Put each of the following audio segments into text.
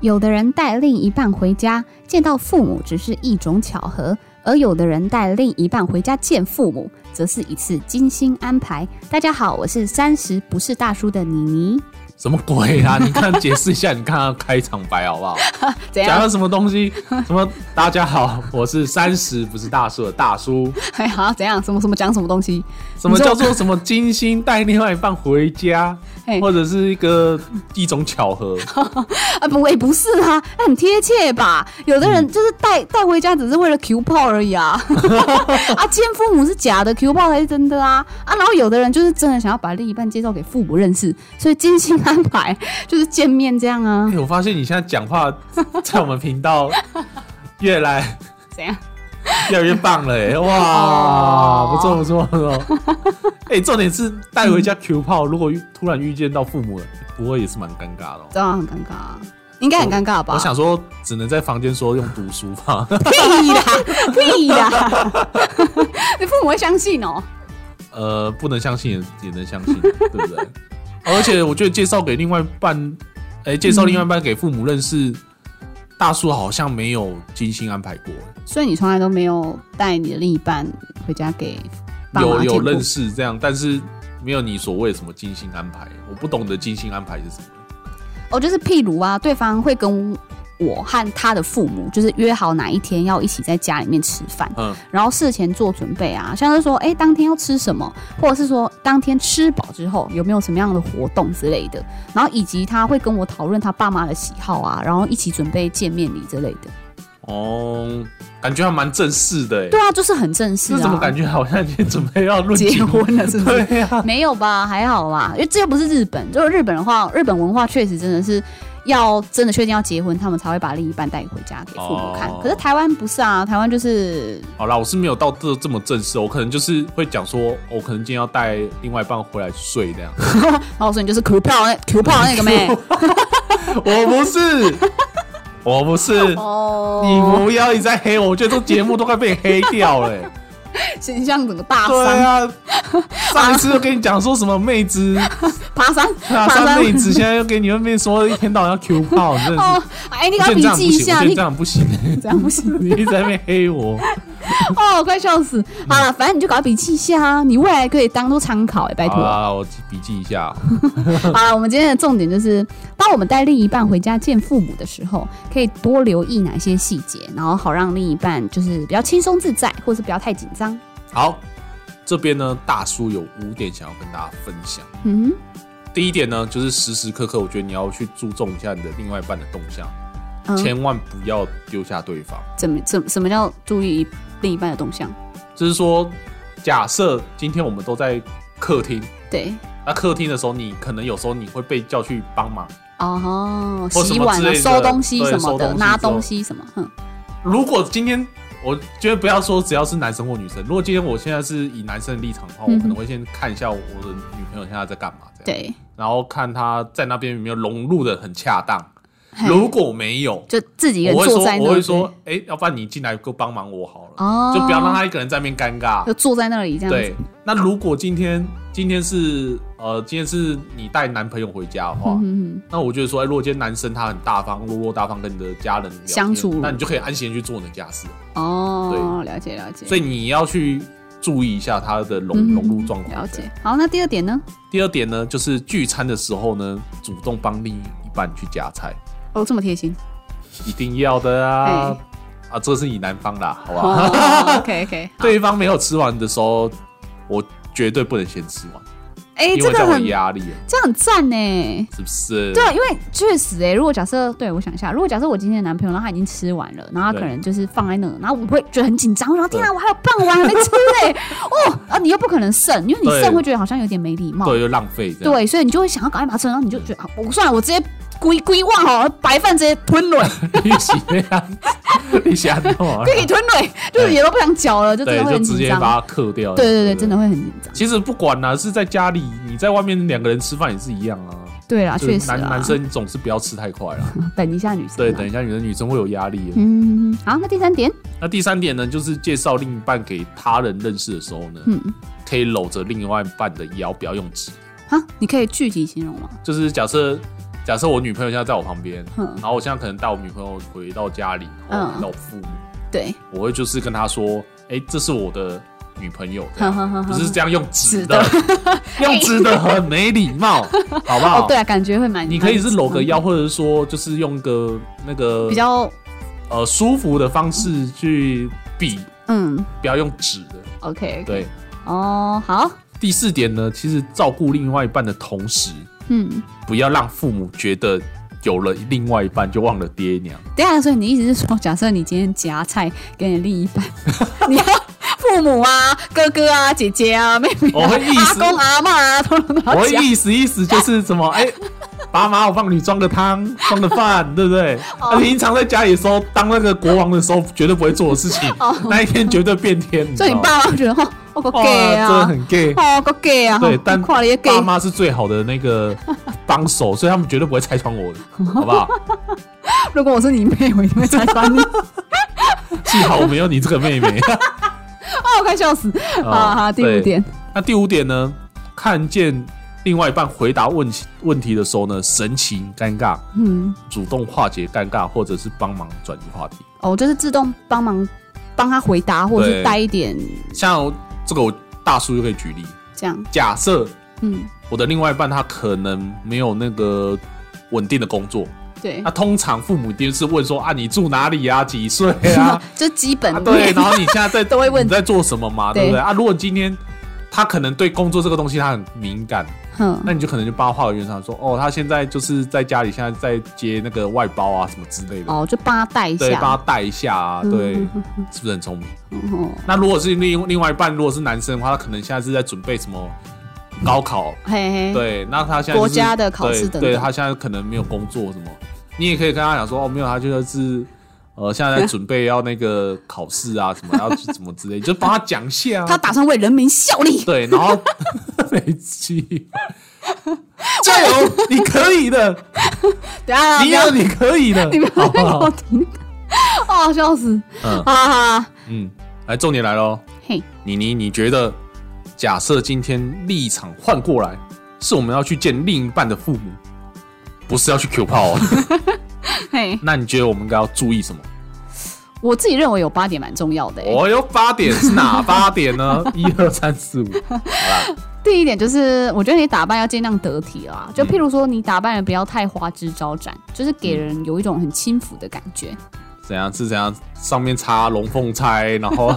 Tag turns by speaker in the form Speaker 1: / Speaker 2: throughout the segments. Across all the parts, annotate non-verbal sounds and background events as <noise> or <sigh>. Speaker 1: 有的人带另一半回家见到父母只是一种巧合，而有的人带另一半回家见父母，则是一次精心安排。大家好，我是三十不是大叔的妮妮。
Speaker 2: 什么鬼啊？你看，解释一下，你看他开场白好不好？
Speaker 1: 怎
Speaker 2: 讲
Speaker 1: 样？
Speaker 2: 了什么东西？什么？大家好，我是三十不是大叔的大叔。
Speaker 1: 哎，好，怎样？什么什么讲什么东西？
Speaker 2: 什么叫做什么精心带另外一半回家
Speaker 1: 嘿，
Speaker 2: 或者是一个一种巧合？
Speaker 1: 啊，不，也不是啊，那很贴切吧？有的人就是带带回家只是为了 Q 炮而已啊，啊，见父母是假的，Q 炮才是真的啊啊！然后有的人就是真的想要把另一半介绍给父母认识，所以精心安排就是见面这样啊
Speaker 2: 哎、，我发现你现在讲话在我们频道 <laughs> 越来 <laughs>
Speaker 1: 怎样？
Speaker 2: 越来越棒了、哎，哇，
Speaker 1: 哦
Speaker 2: 不错不错不错。哎、重点是带回家 Q 炮，如果遇突然遇见到父母了，不过也是蛮尴尬的哦、
Speaker 1: 这样很尴尬啊，应该很尴尬吧？
Speaker 2: 我想说，只能在房间说用读书吧。 <laughs>
Speaker 1: 屁 <laughs> 啦，屁啦！ <laughs> 你父母会相信哦、
Speaker 2: 呃，不能相信也也能相信， <laughs> 对不对？哦而且我觉得介绍给另外一半，哎、介绍另外一半给父母认识，大叔好像没有精心安排过，
Speaker 1: 所以你从来都没有带你的另一半回家给爸妈
Speaker 2: 有
Speaker 1: 见
Speaker 2: 有
Speaker 1: 过
Speaker 2: 认识这样，但是没有你所谓什么精心安排，我不懂得精心安排是什么。
Speaker 1: 哦，就是譬如啊，对方会跟我和他的父母，就是约好哪一天要一起在家里面吃饭，
Speaker 2: 嗯，
Speaker 1: 然后事前做准备啊，像是说，哎，当天要吃什么，或者是说当天吃饱之后有没有什么样的活动之类的，然后以及他会跟我讨论他爸妈的喜好啊，然后一起准备见面礼之类的。
Speaker 2: 哦，感觉还蛮正式的哎、
Speaker 1: 对啊，就是很正式
Speaker 2: 这怎么
Speaker 1: 啊
Speaker 2: 感。觉好像已经准备要论
Speaker 1: 结
Speaker 2: 及
Speaker 1: 婚了是不是？
Speaker 2: 对啊，
Speaker 1: 没有吧，还好啦，因为这又不是日本，就是日本的话，日本文化确实真的是要真的确定要结婚，他们才会把另一半带回家给父母看。
Speaker 2: 哦
Speaker 1: 可是台湾不是啊，台湾就是
Speaker 2: 好啦，我是没有到这这么正式，我可能就是会讲说，哦我可能今天要带另外一半回来睡这样。
Speaker 1: 然哦后所以你就是 Q 票那 Q 票那个妹
Speaker 2: <laughs> 我不是，我不是，你
Speaker 1: 哦，
Speaker 2: 不要一直在黑我，我觉得这节目都快被黑掉了欸、
Speaker 1: <laughs> 形象整个大
Speaker 2: 对
Speaker 1: 伤，
Speaker 2: 啊，上一次又跟你讲说什么
Speaker 1: <laughs>
Speaker 2: 妹子，
Speaker 1: 爬山
Speaker 2: 爬山妹子，现在又给你们面说一天到晚要 Q
Speaker 1: <laughs>
Speaker 2: 炮，你真的
Speaker 1: 哦
Speaker 2: 是。，
Speaker 1: 哎，你
Speaker 2: 我
Speaker 1: 给他
Speaker 2: 觉得你
Speaker 1: 笔
Speaker 2: 这样
Speaker 1: 记一下，你
Speaker 2: 不行，我觉得你这样不行， <laughs>
Speaker 1: 这样不行
Speaker 2: 你一直在那边黑我。
Speaker 1: 哦，快笑死！好了，反正你就搞笔记一下啊，你未来可以当做参考哎、拜
Speaker 2: 好
Speaker 1: 托。
Speaker 2: 啦，我笔记一下。
Speaker 1: 好了，我们今天的重点就是，当我们带另一半回家见父母的时候，可以多留意哪些细节，然后好让另一半就是比较轻松自在，或是不要太紧张。
Speaker 2: 好，这边呢，大叔有五点想要跟大家分享。
Speaker 1: 嗯
Speaker 2: 第一点呢，就是时时刻刻，我觉得你要去注重一下你的另外一半的动向，
Speaker 1: 哼，嗯，
Speaker 2: 千万不要丢下对方。
Speaker 1: 怎么怎什么叫注意另一半的动向？
Speaker 2: 就是说，假设今天我们都在客厅，
Speaker 1: 对，
Speaker 2: 那客厅的时候，你可能有时候你会被叫去帮忙。
Speaker 1: 哦，
Speaker 2: 或什么
Speaker 1: 洗碗
Speaker 2: 之
Speaker 1: 啊，
Speaker 2: 类的
Speaker 1: 收东西什么
Speaker 2: 对收
Speaker 1: 的，
Speaker 2: 东西
Speaker 1: 拿
Speaker 2: 之后
Speaker 1: 东西什么，嗯，
Speaker 2: 如果今天，我觉得不要说只要是男生或女生，如果今天我现在是以男生的立场的话，
Speaker 1: 嗯哼
Speaker 2: 我可能会先看一下我的女朋友现在在干嘛，这样，
Speaker 1: 对，
Speaker 2: 然后看她在那边有没有融入的很恰当。
Speaker 1: 嘿
Speaker 2: 如果没有，
Speaker 1: 就自己一个
Speaker 2: 我
Speaker 1: 人
Speaker 2: 会
Speaker 1: 坐
Speaker 2: 说
Speaker 1: 在那，
Speaker 2: 我会说，哎、要不然你进来给我帮忙我好了，
Speaker 1: 哦
Speaker 2: 就不要让她一个人在那边尴尬
Speaker 1: 对，就坐在那里这样子
Speaker 2: 对，，那如果今天今天是呃，今天是你带男朋友回家的话，
Speaker 1: 嗯嗯
Speaker 2: 那我觉得说，哎、如果今天男生他很大方、落落大方，跟你的家人聊天
Speaker 1: 相处
Speaker 2: 那你就可以安心地去做你的家事。
Speaker 1: 嗯，哦，了解了解，
Speaker 2: 所以你要去注意一下他的融
Speaker 1: 嗯
Speaker 2: 融入状况。
Speaker 1: 了解。好，那第二点呢？
Speaker 2: 第二点呢，就是聚餐的时候呢，主动帮另一半去夹
Speaker 1: <laughs>
Speaker 2: 菜，
Speaker 1: 哦，这么贴心，
Speaker 2: 一定要的啊
Speaker 1: 哎！
Speaker 2: 啊，这是你男方啦，好吧？
Speaker 1: 哦，OK OK，
Speaker 2: 对方没有吃完的时候，我绝对不能先吃完，
Speaker 1: 哎，
Speaker 2: 因
Speaker 1: 这
Speaker 2: 为
Speaker 1: 个
Speaker 2: 这样会
Speaker 1: 很
Speaker 2: 有压力，
Speaker 1: 这很赞呢。
Speaker 2: 是不是？
Speaker 1: 对啊，因为确实哎、如果假设对我想一下，如果假设我今天的男朋友，然后他已经吃完了，然后他
Speaker 2: 对
Speaker 1: 可能就是放在那，然后我会觉得很紧张，然后天啊，
Speaker 2: 对
Speaker 1: 我还有半碗还没吃嘞、
Speaker 2: <laughs>
Speaker 1: 哦，啊，你又不可能剩，因为你
Speaker 2: 对
Speaker 1: 剩会觉得好像有点没礼貌，
Speaker 2: 对，就浪费这样。
Speaker 1: 对所以你就会想要赶快把它吃完，然后你就觉得啊我算了，我直接归归忘哦，白饭直接吞 <laughs> 了，
Speaker 2: <laughs> 你喜那样，你喜欢弄啊？
Speaker 1: 可以吞了，就是也都不想嚼了，就真
Speaker 2: 对
Speaker 1: 的，会
Speaker 2: 就
Speaker 1: 很
Speaker 2: 直
Speaker 1: 紧
Speaker 2: 接
Speaker 1: 张。
Speaker 2: 把它克掉。
Speaker 1: 对对对，真的。会很紧张。
Speaker 2: 其实不管啦、是在家里，你在外面两个人吃饭也是一样啊。
Speaker 1: 对啦，
Speaker 2: 就是
Speaker 1: 确实
Speaker 2: 男
Speaker 1: 啦
Speaker 2: 男生总是不要吃太
Speaker 1: <laughs>
Speaker 2: 快啦。
Speaker 1: 等一下女生啊。
Speaker 2: 对，等一下，女生女生会有压力。
Speaker 1: 嗯，好，那第三点，
Speaker 2: 那第三点呢，就是介绍另一半给他人认识的时候呢，
Speaker 1: 嗯，
Speaker 2: 可以搂着另外一半的腰，不要用纸。
Speaker 1: 啊，你可以具体形容吗？
Speaker 2: 就是假设假设我女朋友现在在我旁边，
Speaker 1: 嗯
Speaker 2: 然后我现在可能带我女朋友回到家里，然后
Speaker 1: 嗯
Speaker 2: 回到我父母，
Speaker 1: 对，
Speaker 2: 我会就是跟她说，哎、这是我的女朋友，这
Speaker 1: 哈
Speaker 2: 样
Speaker 1: 哈哈哈
Speaker 2: 不是这样用直的，
Speaker 1: 直
Speaker 2: 用直的很没礼貌，好不好？
Speaker 1: 哦，对啊，感觉会蛮，
Speaker 2: 你可以是搂个腰，
Speaker 1: 蛮
Speaker 2: 或者是说就是用个那个
Speaker 1: 比较，
Speaker 2: 呃舒服的方式去比，
Speaker 1: 嗯
Speaker 2: 不要用指的。
Speaker 1: ，OK，
Speaker 2: 对，
Speaker 1: 哦，好，
Speaker 2: 第四点呢，其实照顾另外一半的同时，
Speaker 1: 嗯，
Speaker 2: 不要让父母觉得有了另外一半就忘了爹娘。
Speaker 1: 等一下，所以你意思是说，假设你今天夹菜给你另一半， <laughs> 你要父母啊、哥哥啊、姐姐啊、妹妹、
Speaker 2: 哦我
Speaker 1: 啊、
Speaker 2: 会意
Speaker 1: 阿
Speaker 2: 思，
Speaker 1: 公阿嬷啊，通通都
Speaker 2: 我
Speaker 1: 要
Speaker 2: 会
Speaker 1: 夹。
Speaker 2: 意思意思就是什
Speaker 1: 啊
Speaker 2: 么？哎、爸妈，我帮你装
Speaker 1: <laughs>
Speaker 2: 个汤，装个饭，对不对？
Speaker 1: 哦
Speaker 2: 啊、平常在家里的时候，当那个国王的时候，绝对不会做的事情，
Speaker 1: 哦
Speaker 2: 那一天绝对
Speaker 1: <laughs>
Speaker 2: 变天。
Speaker 1: 所以你
Speaker 2: 知道吗
Speaker 1: 爸妈觉得，哦，我个
Speaker 2: 哇
Speaker 1: gay
Speaker 2: 真的
Speaker 1: 啊，<laughs>
Speaker 2: 很 gay。
Speaker 1: 哦，个 gay 啊，
Speaker 2: 对，但
Speaker 1: 跨了也 gay
Speaker 2: 爸。妈是最好的
Speaker 1: <laughs>
Speaker 2: 那个帮手，所以他们绝对不会拆穿我的，好不好？
Speaker 1: 如果我是你妹，我一定会拆穿
Speaker 2: <laughs>
Speaker 1: 你。哦，
Speaker 2: 幸好我没有你这个妹妹。 <laughs>
Speaker 1: 我快笑死。好好，第五
Speaker 2: 哦对。
Speaker 1: 点，
Speaker 2: 那第五点呢？看见另外一半回答问题问题的时候呢，神情尴尬，
Speaker 1: 嗯，
Speaker 2: 主动化解尴尬，或者是帮忙转移话题。
Speaker 1: 哦，就是自动帮忙帮他回答，或者是
Speaker 2: 对
Speaker 1: 带一点
Speaker 2: 像这个，我大叔就可以举例。
Speaker 1: 这样，
Speaker 2: 假设
Speaker 1: 嗯，
Speaker 2: 我的另外一半他可能没有那个稳定的工作，
Speaker 1: 对
Speaker 2: 那，通常父母一定是问说啊，你住哪里啊，几岁
Speaker 1: <laughs>
Speaker 2: 啊？
Speaker 1: 就基本
Speaker 2: 啊，对，然后你现在在
Speaker 1: <laughs> 都会问
Speaker 2: 你在做什么嘛，
Speaker 1: 对
Speaker 2: 对不对啊？如果今天他可能对工作这个东西他很敏感，
Speaker 1: 嗯
Speaker 2: 那你就可能就帮他画个圆场，说哦，他现在就是在家里现在在接那个外包啊什么之类的，
Speaker 1: 哦，就帮他带一
Speaker 2: 对，帮
Speaker 1: 下，
Speaker 2: 他带一下啊，
Speaker 1: 嗯
Speaker 2: 对
Speaker 1: 嗯，
Speaker 2: 是不是很聪明？
Speaker 1: 哦，
Speaker 2: 那如果是另另外一半，如果是男生的话，他可能现在是在准备什么高考，
Speaker 1: 嘿嘿，
Speaker 2: 对，那他现
Speaker 1: 嗯
Speaker 2: 在就是
Speaker 1: 国家的考试
Speaker 2: 对
Speaker 1: 等等
Speaker 2: 对他现在可能没有工作什么，你也可以跟他讲说哦，没有，他就是呃现在在准备要那个考试啊，什么要去怎么之类，就帮他讲一下、啊。
Speaker 1: 他打算为人民效力。
Speaker 2: 对，
Speaker 1: <laughs>
Speaker 2: 然后没气， <laughs> 加油，你可以的，
Speaker 1: 等一下，
Speaker 2: 你
Speaker 1: 啊不要
Speaker 2: 有，你可以
Speaker 1: <laughs>
Speaker 2: 的
Speaker 1: 你，不
Speaker 2: 好
Speaker 1: 要
Speaker 2: 不
Speaker 1: 再给我
Speaker 2: 好？
Speaker 1: 停。 <laughs> 哦，笑死！
Speaker 2: 嗯
Speaker 1: 哈哈哈，
Speaker 2: 嗯，来，重点来喽，
Speaker 1: 嘿，
Speaker 2: 妮妮，你觉得假设今天立场换过来，是我们要去见另一半的父母，不是要去 Q 炮、哦？ <laughs>
Speaker 1: 嘿，
Speaker 2: 那你觉得我们应该要注意什么？
Speaker 1: 我自己认为有八点蛮重要的、欸。
Speaker 2: 哦哟，八点是哪八点呢？一二三四五，好啦，
Speaker 1: 第一点就是，我觉得你打扮要尽量得体啦，
Speaker 2: 嗯
Speaker 1: 就譬如说你打扮的不要太花枝招展，就是给人有一种很轻浮的感觉。
Speaker 2: 怎样是怎样？上面插龙凤钗，然
Speaker 1: <laughs>
Speaker 2: 后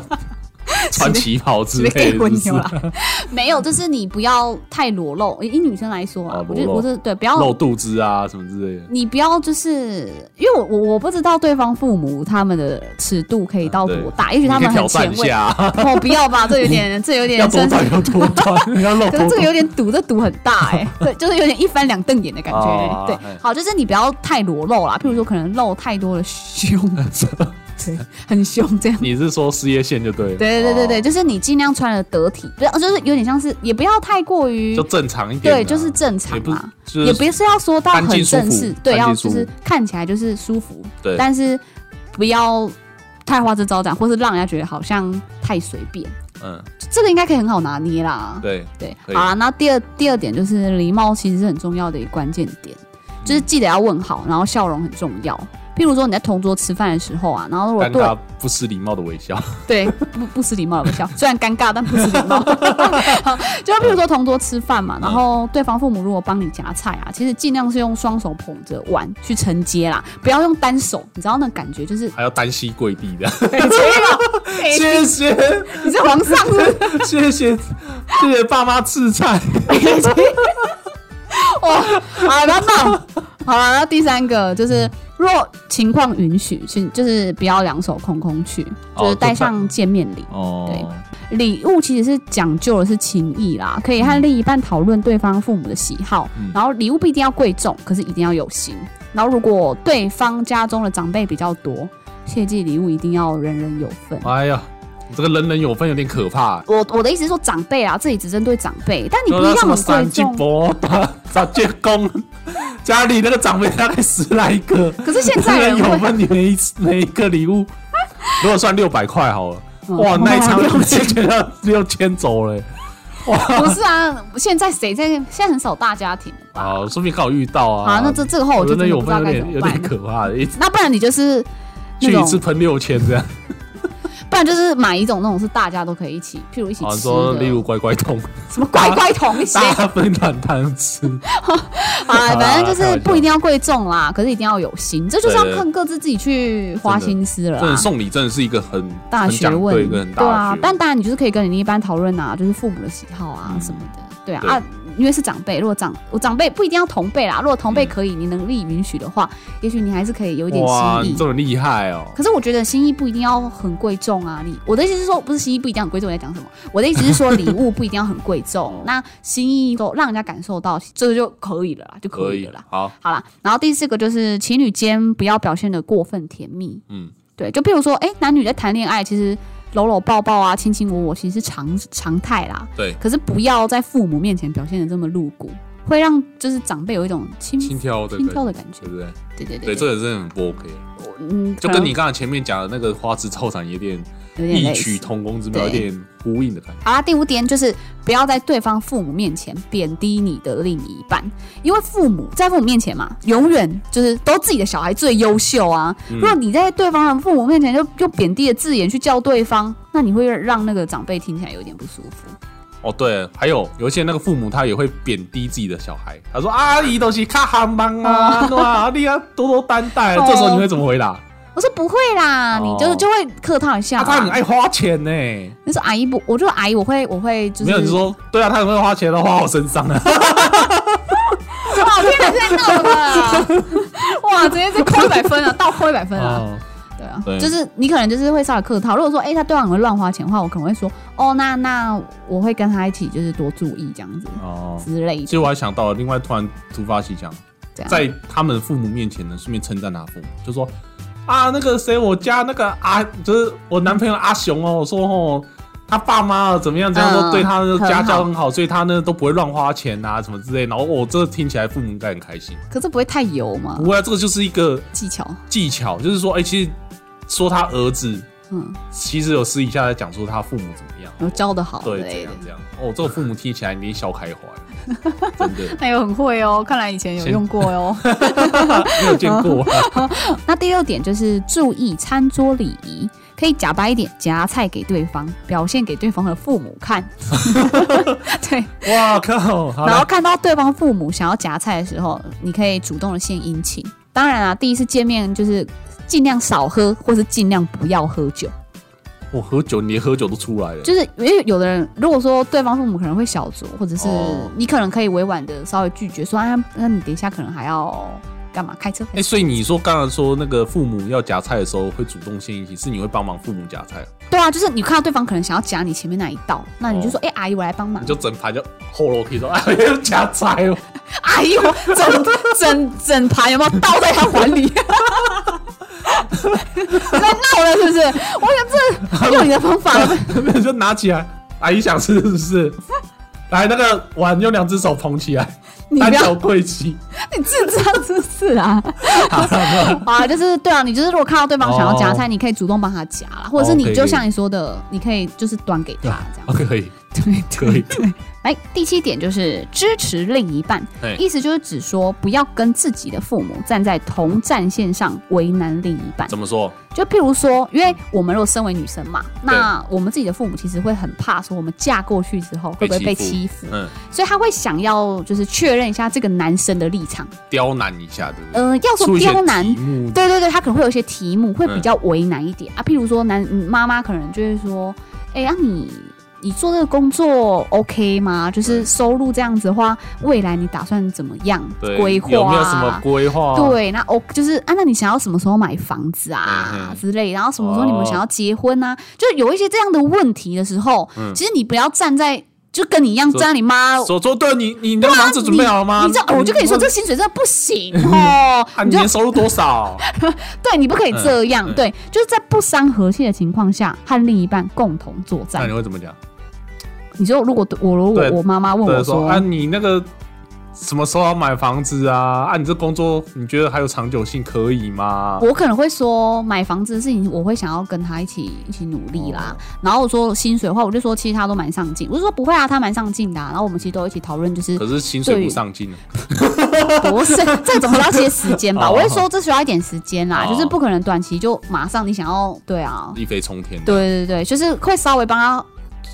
Speaker 2: 穿旗袍之
Speaker 1: 是
Speaker 2: 类
Speaker 1: 不 <laughs> 是给我
Speaker 2: 的，嗯是不
Speaker 1: 牛
Speaker 2: 是？
Speaker 1: 啦？ <laughs> 没有，就是你不要太裸露。以以女生来说啊
Speaker 2: 啊，
Speaker 1: 我就
Speaker 2: 裸露
Speaker 1: 我是对，不要
Speaker 2: 露肚子啊什么之类的。
Speaker 1: 你不要就是，因为我我我不知道对方父母他们的尺度可以到多大，也许
Speaker 2: 啊
Speaker 1: 他
Speaker 2: 你可以
Speaker 1: 们很
Speaker 2: 挑战
Speaker 1: 前
Speaker 2: 一
Speaker 1: 卫。
Speaker 2: 下 <laughs> 啊，
Speaker 1: <laughs> 哦，不要吧，这有点，这有
Speaker 2: 嗯要
Speaker 1: 点
Speaker 2: 多
Speaker 1: 算是，
Speaker 2: 短要多短， <laughs> 要露
Speaker 1: 可是
Speaker 2: 多
Speaker 1: 这个
Speaker 2: 短。
Speaker 1: 有点赌，这赌很大
Speaker 2: <laughs>
Speaker 1: 哎、对，就是有点一翻两瞪眼的感觉、
Speaker 2: 哦
Speaker 1: 对
Speaker 2: 哎，
Speaker 1: 好，就是你不要太裸露啦，譬如说可能露太多的
Speaker 2: <laughs>
Speaker 1: 胸，对，很凶这样。
Speaker 2: 你是说事业线就对了？
Speaker 1: 对对对对，
Speaker 2: 哦
Speaker 1: 就是你尽量穿的得体，对，就是有点像是，也不要太过于
Speaker 2: 就，正常一点啊。
Speaker 1: 对，就是正常
Speaker 2: 也不
Speaker 1: 嘛。
Speaker 2: 就
Speaker 1: 也
Speaker 2: 是
Speaker 1: 不是要说到
Speaker 2: 干
Speaker 1: 很
Speaker 2: 净舒服
Speaker 1: 正式，对，
Speaker 2: 干
Speaker 1: 要
Speaker 2: 净
Speaker 1: 就
Speaker 2: 舒服
Speaker 1: 是看起来就是舒服，
Speaker 2: 对
Speaker 1: 但是不要太花枝招展，或是让人家觉得好像太随便，
Speaker 2: 嗯，
Speaker 1: 这个应该可以很好拿捏啦。
Speaker 2: 对，
Speaker 1: 对，
Speaker 2: 可以
Speaker 1: 好啦，那第二第二点就是礼貌其实是很重要的一个关键点，
Speaker 2: 嗯
Speaker 1: 就是记得要问好，然后笑容很重要。譬如说你在同桌吃饭的时候啊，然后如果
Speaker 2: 尴
Speaker 1: 对
Speaker 2: 尬不失礼貌的微笑。 <laughs>
Speaker 1: 对，不不失礼貌的微笑， <laughs> 虽然尴尬，但不失礼貌。 <laughs> 好就譬如说同桌吃饭
Speaker 2: 嗯
Speaker 1: 嘛，然后对方父母如果帮你夹菜啊，其实尽量是用双手捧着碗去承接啦，不要用单手，你知道那感觉就是， <laughs>
Speaker 2: 还要单膝跪地的，
Speaker 1: 哎
Speaker 2: 谢谢
Speaker 1: 你是皇上是不是？
Speaker 2: 谢谢谢谢爸妈赐菜，
Speaker 1: <laughs> 哇，好了，那好了，那第三个就是，若情况允许，请就是不要两手空空去，
Speaker 2: 哦
Speaker 1: 就是带
Speaker 2: 就看
Speaker 1: 上见面礼。
Speaker 2: 哦，
Speaker 1: 礼物其实是讲究的是情谊啦，可以和另一半讨论对方父母的喜好，
Speaker 2: 嗯
Speaker 1: 然后礼物不一定要贵重，可是一定要有心。然后如果对方家中的长辈比较多，切记礼物一定要人人有份。
Speaker 2: 哎呀，你这个人人有份有点可怕欸。
Speaker 1: 我我的意思是说长辈啊，这里只针对长辈，但你不一
Speaker 2: 什
Speaker 1: 样
Speaker 2: 么
Speaker 1: 很贵
Speaker 2: 三季
Speaker 1: 重。
Speaker 2: 伯、三季公，家里那个长辈大概十来个，
Speaker 1: 可是现在人
Speaker 2: <laughs> 有
Speaker 1: 会
Speaker 2: 分你每一次每一个礼物，如果算六百块好了，
Speaker 1: 嗯
Speaker 2: <laughs> 哇，那一场
Speaker 1: 哇
Speaker 2: 就觉得六千走了欸。
Speaker 1: 不是啊，现在谁在？现在很少大家庭了吧？
Speaker 2: 啊，说不定刚好遇到啊。
Speaker 1: 好，那这这个话哦我就
Speaker 2: 真的
Speaker 1: 真的
Speaker 2: 有
Speaker 1: 不知道
Speaker 2: 有
Speaker 1: 该怎
Speaker 2: 点有
Speaker 1: 么
Speaker 2: 点
Speaker 1: 办。
Speaker 2: 可
Speaker 1: <laughs>
Speaker 2: 怕的，一
Speaker 1: 那不然你就是那
Speaker 2: 去一次
Speaker 1: 种，
Speaker 2: 喷六千这样。
Speaker 1: 不然就是买一种那种是大家都可以一起，譬如 <laughs> 一起
Speaker 2: 啊，
Speaker 1: 吃
Speaker 2: 说
Speaker 1: 的，
Speaker 2: 例如乖乖桶，
Speaker 1: <laughs> 什么乖乖同鞋
Speaker 2: 大家分团摊吃。
Speaker 1: <laughs> 啊，
Speaker 2: 好啦
Speaker 1: 反正就是
Speaker 2: 开玩笑
Speaker 1: 不一定要贵重啦，可是一定要有心，这就是要看各自自己去花心思了
Speaker 2: 真的
Speaker 1: 啦。
Speaker 2: 送礼真的是一个很
Speaker 1: 大
Speaker 2: 很
Speaker 1: 学
Speaker 2: 讲
Speaker 1: 问
Speaker 2: 对一个很，大
Speaker 1: 对
Speaker 2: 的
Speaker 1: 啊
Speaker 2: 学，问
Speaker 1: 但当然你就是可以跟你另一半讨论啊，就是父母的喜好啊
Speaker 2: 嗯
Speaker 1: 什么的，对啊
Speaker 2: 对
Speaker 1: 啊，因为是长辈，如果长我长辈不一定要同辈啦，如果同辈
Speaker 2: 嗯
Speaker 1: 可以，你能力允许的话，也许你还是可以有一点
Speaker 2: 哇，
Speaker 1: 心
Speaker 2: 你
Speaker 1: 意
Speaker 2: 这。么厉害哦！
Speaker 1: 可是我觉得心意不一定要很贵重啊，你我的意思是说，不是心意不一定要很贵重，我在讲什么？我的意思是说，礼物不一定要很贵重， <laughs> 那心意够让人家感受到，这个就可以了啦，就可
Speaker 2: 可
Speaker 1: 以
Speaker 2: 以
Speaker 1: 了啦。，
Speaker 2: 好，
Speaker 1: 好啦，然后第四个就是情侣间不要表现的过分甜蜜，
Speaker 2: 嗯，
Speaker 1: 对，就譬如说，哎，男女在谈恋爱，其实搂搂抱抱啊，亲亲我我，其实是常常态啦。
Speaker 2: 对，
Speaker 1: 可是不要在父母面前表现的这么露骨，会让就是长辈有一种轻嗯
Speaker 2: 心
Speaker 1: 轻
Speaker 2: 跳的感觉，
Speaker 1: 佻的感觉
Speaker 2: 对。不对？
Speaker 1: 对对
Speaker 2: 对，
Speaker 1: 对，
Speaker 2: 这个真的很不 OK，
Speaker 1: 嗯，
Speaker 2: 就
Speaker 1: 可能
Speaker 2: 跟你刚才前面讲的那个花枝招展有点
Speaker 1: 有点
Speaker 2: 异
Speaker 1: 类
Speaker 2: 曲
Speaker 1: 似。
Speaker 2: 同工之妙，有
Speaker 1: 对
Speaker 2: 点呼应的感觉。
Speaker 1: 好啦，第五点就是不要在对方父母面前贬低你的另一半，因为父母在父母面前嘛，永远就是都自己的小孩最优秀啊。
Speaker 2: 嗯
Speaker 1: 如果你在对方的父母面前就用贬低的字眼去叫对方，那你会让那个长辈听起来有点不舒服。
Speaker 2: 哦，对，还有有一些那个父母他也会贬低自己的小孩，他说啊，你都是卡哈忙啊，对吧？你要多多担待。啊
Speaker 1: 哦
Speaker 2: 这时候你会怎么回答？
Speaker 1: 我说不会啦，
Speaker 2: 哦
Speaker 1: 你就就会客套一下
Speaker 2: 啊，
Speaker 1: 啦。
Speaker 2: 他很爱花钱呢。
Speaker 1: 你说阿姨不，我就阿姨，我会我会就是
Speaker 2: 没有，你说对啊，他很会花钱，都花我身上啊了。
Speaker 1: 哇，天哪，太闹了！ <laughs> 哇，直接就扣一百分啊，倒扣一百分啊！
Speaker 2: 哦
Speaker 1: 对啊，
Speaker 2: 对
Speaker 1: 就是你可能就是会稍微客套。如果说，哎、他对方很会乱花钱的话，我可能会说，哦，那那我会跟他一起，就是多注意这样子
Speaker 2: 哦，
Speaker 1: 之类
Speaker 2: 其
Speaker 1: 的。
Speaker 2: 实我还想到了，另外突然突发奇想，
Speaker 1: 这样
Speaker 2: 在他们父母面前呢，顺便称赞他父母，就说啊，那个谁，我家那个阿，就是我男朋友阿雄哦，我说哦，他爸妈怎么样怎么
Speaker 1: 嗯
Speaker 2: 样，都对他的
Speaker 1: 很好
Speaker 2: 家教很好，所以他呢都不会乱花钱啊什么之类。然后我、哦、这听起来父母应该很开心。
Speaker 1: 可是不会太油嘛
Speaker 2: 不？过、啊、这个就是一个
Speaker 1: 技巧，
Speaker 2: 技巧，就是说，哎、其实说他儿子，
Speaker 1: 嗯，
Speaker 2: 其实有私底下在讲说他父母怎么样。
Speaker 1: 有教的好之
Speaker 2: 对，怎
Speaker 1: 类的
Speaker 2: 样。怎样？哦，这个父母听起来你笑开怀，真的
Speaker 1: 那也很会哦，看来以前有
Speaker 2: 先 <laughs>
Speaker 1: 用过哦。
Speaker 2: 没有见过、啊。
Speaker 1: <laughs> 那第六点就是注意餐桌礼仪，可以假白一点夹菜给对方，表现给对方的父母
Speaker 2: <laughs>
Speaker 1: 看。 <laughs> 对，
Speaker 2: 哇靠！好
Speaker 1: 然后
Speaker 2: 了，
Speaker 1: 看到对方父母想要夹菜的时候，你可以主动的献殷勤。当然啊，第一次见面就是尽量少喝，或是尽量不要喝酒。
Speaker 2: 我哦喝酒，你连喝酒都出来了。
Speaker 1: 就是因为有的人，如果说对方父母可能会小酌，或者是
Speaker 2: 哦
Speaker 1: 你可能可以委婉的稍微拒绝说，啊，那你等一下可能还要干嘛？开车？
Speaker 2: 哎、所以你说刚才说那个父母要夹菜的时候会主动献殷勤，是你会帮忙父母夹菜，
Speaker 1: 对啊，就是你看到对方可能想要夹你前面那一道，那你就说，
Speaker 2: 哦
Speaker 1: 哎、阿姨，我来帮忙
Speaker 2: 你。就整盘就后楼梯说哎要夹菜哦， <laughs>
Speaker 1: 阿姨，我哎整整整盘有没有倒在他碗里？你 <laughs> 在闹了是不是？我想这用你的方
Speaker 2: <laughs>
Speaker 1: 法。
Speaker 2: 没有就拿起来，阿姨想吃是不是？来那个碗用两只手捧起来，
Speaker 1: 你不
Speaker 2: 单
Speaker 1: 要
Speaker 2: 手跪起，
Speaker 1: 你自知道自是
Speaker 2: <laughs>
Speaker 1: 啊！好啊，就是对啊，你就是如果看到对方想要夹菜，你可以主动帮他夹啦，或者是
Speaker 2: 哦哦可
Speaker 1: 你
Speaker 2: 以
Speaker 1: 就像你说的，你可以就是端给他这
Speaker 2: 啊
Speaker 1: 样。
Speaker 2: <laughs> 可以
Speaker 1: 对
Speaker 2: 可
Speaker 1: <laughs>
Speaker 2: 以，
Speaker 1: 来，第七点就是支持另一半
Speaker 2: 对，
Speaker 1: 意思就是指说不要跟自己的父母站在同战线上为难另一半。
Speaker 2: 怎么说？
Speaker 1: 就譬如说，因为我们如果身为女生嘛，那我们自己的父母其实会很怕说我们嫁过去之后会不会被
Speaker 2: 被
Speaker 1: 欺
Speaker 2: 欺
Speaker 1: 负，
Speaker 2: 嗯，
Speaker 1: 所以他会想要就是确认一下这个男生的立场。
Speaker 2: 刁难一下，对不对？
Speaker 1: 嗯、要
Speaker 2: 出
Speaker 1: 说
Speaker 2: 一些
Speaker 1: 刁难
Speaker 2: 题，目
Speaker 1: 对对对，他可能会有一些题目会比
Speaker 2: 嗯
Speaker 1: 较为难一点、啊，譬如说男嗯妈妈可能就会说，哎、呀、你你做这个工作 OK 吗？就是收入这样子的话，未来你打算怎么样
Speaker 2: 对
Speaker 1: 规划、啊？
Speaker 2: 有没有什么规划？，啊
Speaker 1: 对，那哦，就是啊，那你想要什么时候买房子
Speaker 2: 嗯
Speaker 1: 啊
Speaker 2: 嗯
Speaker 1: 之类，然后什么时候你们
Speaker 2: 哦
Speaker 1: 想要结婚啊？就有一些这样的问题的时候，
Speaker 2: 嗯
Speaker 1: 其实你不要站在就跟你一样
Speaker 2: 说
Speaker 1: 站在你妈
Speaker 2: 说说对你你那个房子准备好了吗？
Speaker 1: 啊
Speaker 2: 嗯
Speaker 1: 你知道，我就跟你说，这薪水真的不行哦
Speaker 2: <laughs> 啊，。
Speaker 1: 你
Speaker 2: 你
Speaker 1: 就
Speaker 2: 年收入
Speaker 1: <laughs>
Speaker 2: 多少？
Speaker 1: 对你不可以这样，
Speaker 2: 嗯嗯
Speaker 1: 对，就是在不伤和气的情况下，和另一半共同作
Speaker 2: 那
Speaker 1: 战
Speaker 2: 你。会怎么讲？
Speaker 1: 你说，如果我如果
Speaker 2: 对
Speaker 1: 我妈妈问
Speaker 2: 对，
Speaker 1: 我
Speaker 2: 说啊
Speaker 1: 说，
Speaker 2: 啊，你那个什么时候要买房子啊？啊，你这工作你觉得还有长久性可以吗？
Speaker 1: 我可能会说买房子的事情，我会想要跟他一起一起努力
Speaker 2: 哦
Speaker 1: 啦。然后我说薪水的话，我就说其实他都蛮上进，我就说不会啊，他蛮上进的啊、然后我们其实都一起讨论，就是
Speaker 2: 可是薪水不上进啊，
Speaker 1: 不
Speaker 2: <laughs>
Speaker 1: 是这总要些时间吧？
Speaker 2: 哦
Speaker 1: 我会说这需要一点时间啦，
Speaker 2: 哦
Speaker 1: 就是不可能短期就马上你想要对啊，
Speaker 2: 一飞冲天。
Speaker 1: 对对对，就是会稍微帮他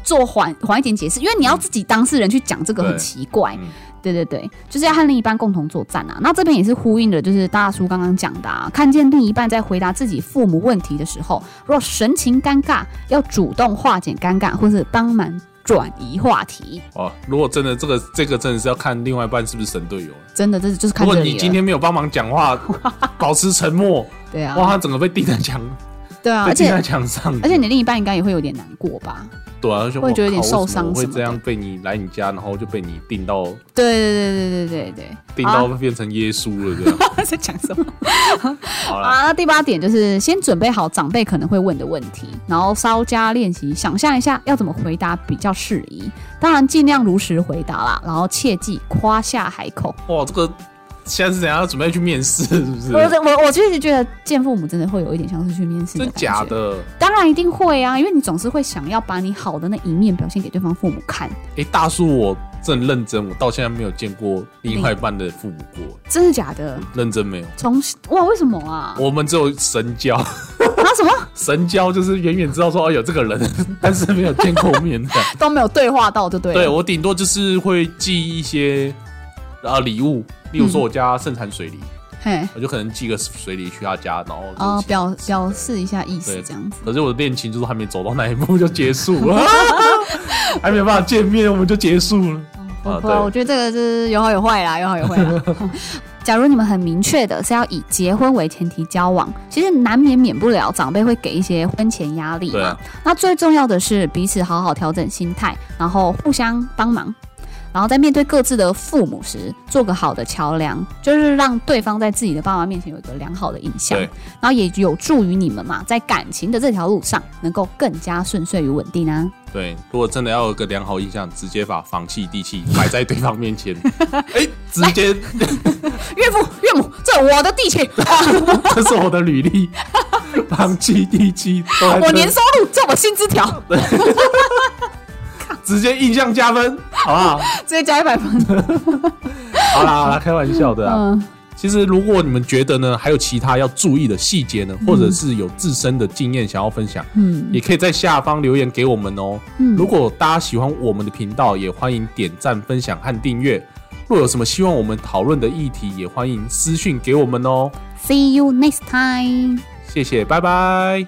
Speaker 1: 做缓缓一点解释，因为你要自己当事人去讲这个
Speaker 2: 对
Speaker 1: 很奇怪。
Speaker 2: 嗯
Speaker 1: 对对对，就是要和另一半共同作战啊。那这边也是呼应的，就是大叔刚刚讲的啊，看见另一半在回答自己父母问题的时候，若神情尴尬，要主动化解尴尬，或是帮忙转移话题。
Speaker 2: 哦，如果真的这个这个真的是要看另外一半是不是神队友。
Speaker 1: 真的，这就是
Speaker 2: 如
Speaker 1: 看
Speaker 2: 果
Speaker 1: 这里了。
Speaker 2: 你今天没有帮忙讲
Speaker 1: <laughs>
Speaker 2: 话，保持沉默，
Speaker 1: 对啊，
Speaker 2: 哇，他整个被钉在墙，
Speaker 1: 对啊，
Speaker 2: 被
Speaker 1: 而
Speaker 2: 钉
Speaker 1: 且
Speaker 2: 在墙上。
Speaker 1: 而且你另一半应该也会有点难过吧？
Speaker 2: 对啊，而且
Speaker 1: 会觉得有点受伤
Speaker 2: 会
Speaker 1: 什么
Speaker 2: 这
Speaker 1: 的啊
Speaker 2: 样被你来你家，然后就被你钉到
Speaker 1: 对对对对对对对，
Speaker 2: 钉
Speaker 1: 好
Speaker 2: 到
Speaker 1: 啊
Speaker 2: 变成耶稣了这样。
Speaker 1: <laughs> 在讲什么？
Speaker 2: 好啦，
Speaker 1: 啊，那第八点就是先准备好长辈可能会问的问题，然后稍加练习，想象一下要怎么回答比较适宜。当然，尽量如实回答啦，然后切记夸下海口。
Speaker 2: 哇，这个现在是怎样要准备去面试是不是
Speaker 1: 我？我我确实觉得见父母真的会有一点像是去面试的
Speaker 2: 真
Speaker 1: 感觉。
Speaker 2: 假？的？
Speaker 1: 当然一定会啊，因为你总是会想要把你好的那一面表现给对方父母看。
Speaker 2: 哎、大叔，我真的认真，我到现在没有见过另外一半的父母过，
Speaker 1: 真的假的？
Speaker 2: 认真没有。
Speaker 1: 从哇，为什么啊？
Speaker 2: 我们只有神交，
Speaker 1: 啊什么
Speaker 2: 神交就是远远知道说哦有这个人， <laughs> 但是没有见过面
Speaker 1: <laughs>
Speaker 2: 的。
Speaker 1: 都没有对话到，就对了。
Speaker 2: 对我顶多就是会寄一些呃礼物，例
Speaker 1: 嗯
Speaker 2: 如说我家盛产水梨，
Speaker 1: 嘿，
Speaker 2: 我就可能寄个水梨去他家，然后就是
Speaker 1: 啊、表表示一下意思
Speaker 2: 对
Speaker 1: 这样子。
Speaker 2: 可是我的恋情就是还没走到那一步就结束 <laughs> 了，还没有办法见面，我们就结束了。啊
Speaker 1: 我不
Speaker 2: 对
Speaker 1: 我觉得这个是有好有坏啦，有好有坏
Speaker 2: <laughs>
Speaker 1: 啦。假如你们很明确的是要以结婚为前提交往，其实难免免不了长辈会给一些婚前压力
Speaker 2: 对
Speaker 1: 嘛。
Speaker 2: 啊
Speaker 1: 那最重要的是彼此好好调整心态，然后互相帮忙，然后在面对各自的父母时，做个好的桥梁，就是让对方在自己的爸妈面前有一个良好的印象，
Speaker 2: 对
Speaker 1: 然后也有助于你们嘛，在感情的这条路上能够更加顺遂与稳定啊。
Speaker 2: 对，如果真的要有个良好印象，直接把房契、地契摆在对方面前，哎、直接
Speaker 1: 岳父岳母，这我的地契，
Speaker 2: <laughs> 这是我的履历，房契、地契都在这
Speaker 1: 我年收入在我薪资条，
Speaker 2: <laughs>
Speaker 1: <laughs>
Speaker 2: 直接印象加分，好不好？
Speaker 1: 直接加一百分。
Speaker 2: 好啦，好啦，开玩笑的啊。
Speaker 1: 嗯，
Speaker 2: 其实，如果你们觉得呢，还有其他要注意的细节呢，或者是有自身的经验想要分享，
Speaker 1: 嗯，
Speaker 2: 也可以在下方留言给我们哦。
Speaker 1: 嗯
Speaker 2: 如果大家喜欢我们的频道，也欢迎点赞、分享和订阅。若有什么希望我们讨论的议题，也欢迎私讯给我们哦。
Speaker 1: See you next time.
Speaker 2: 谢谢，拜拜。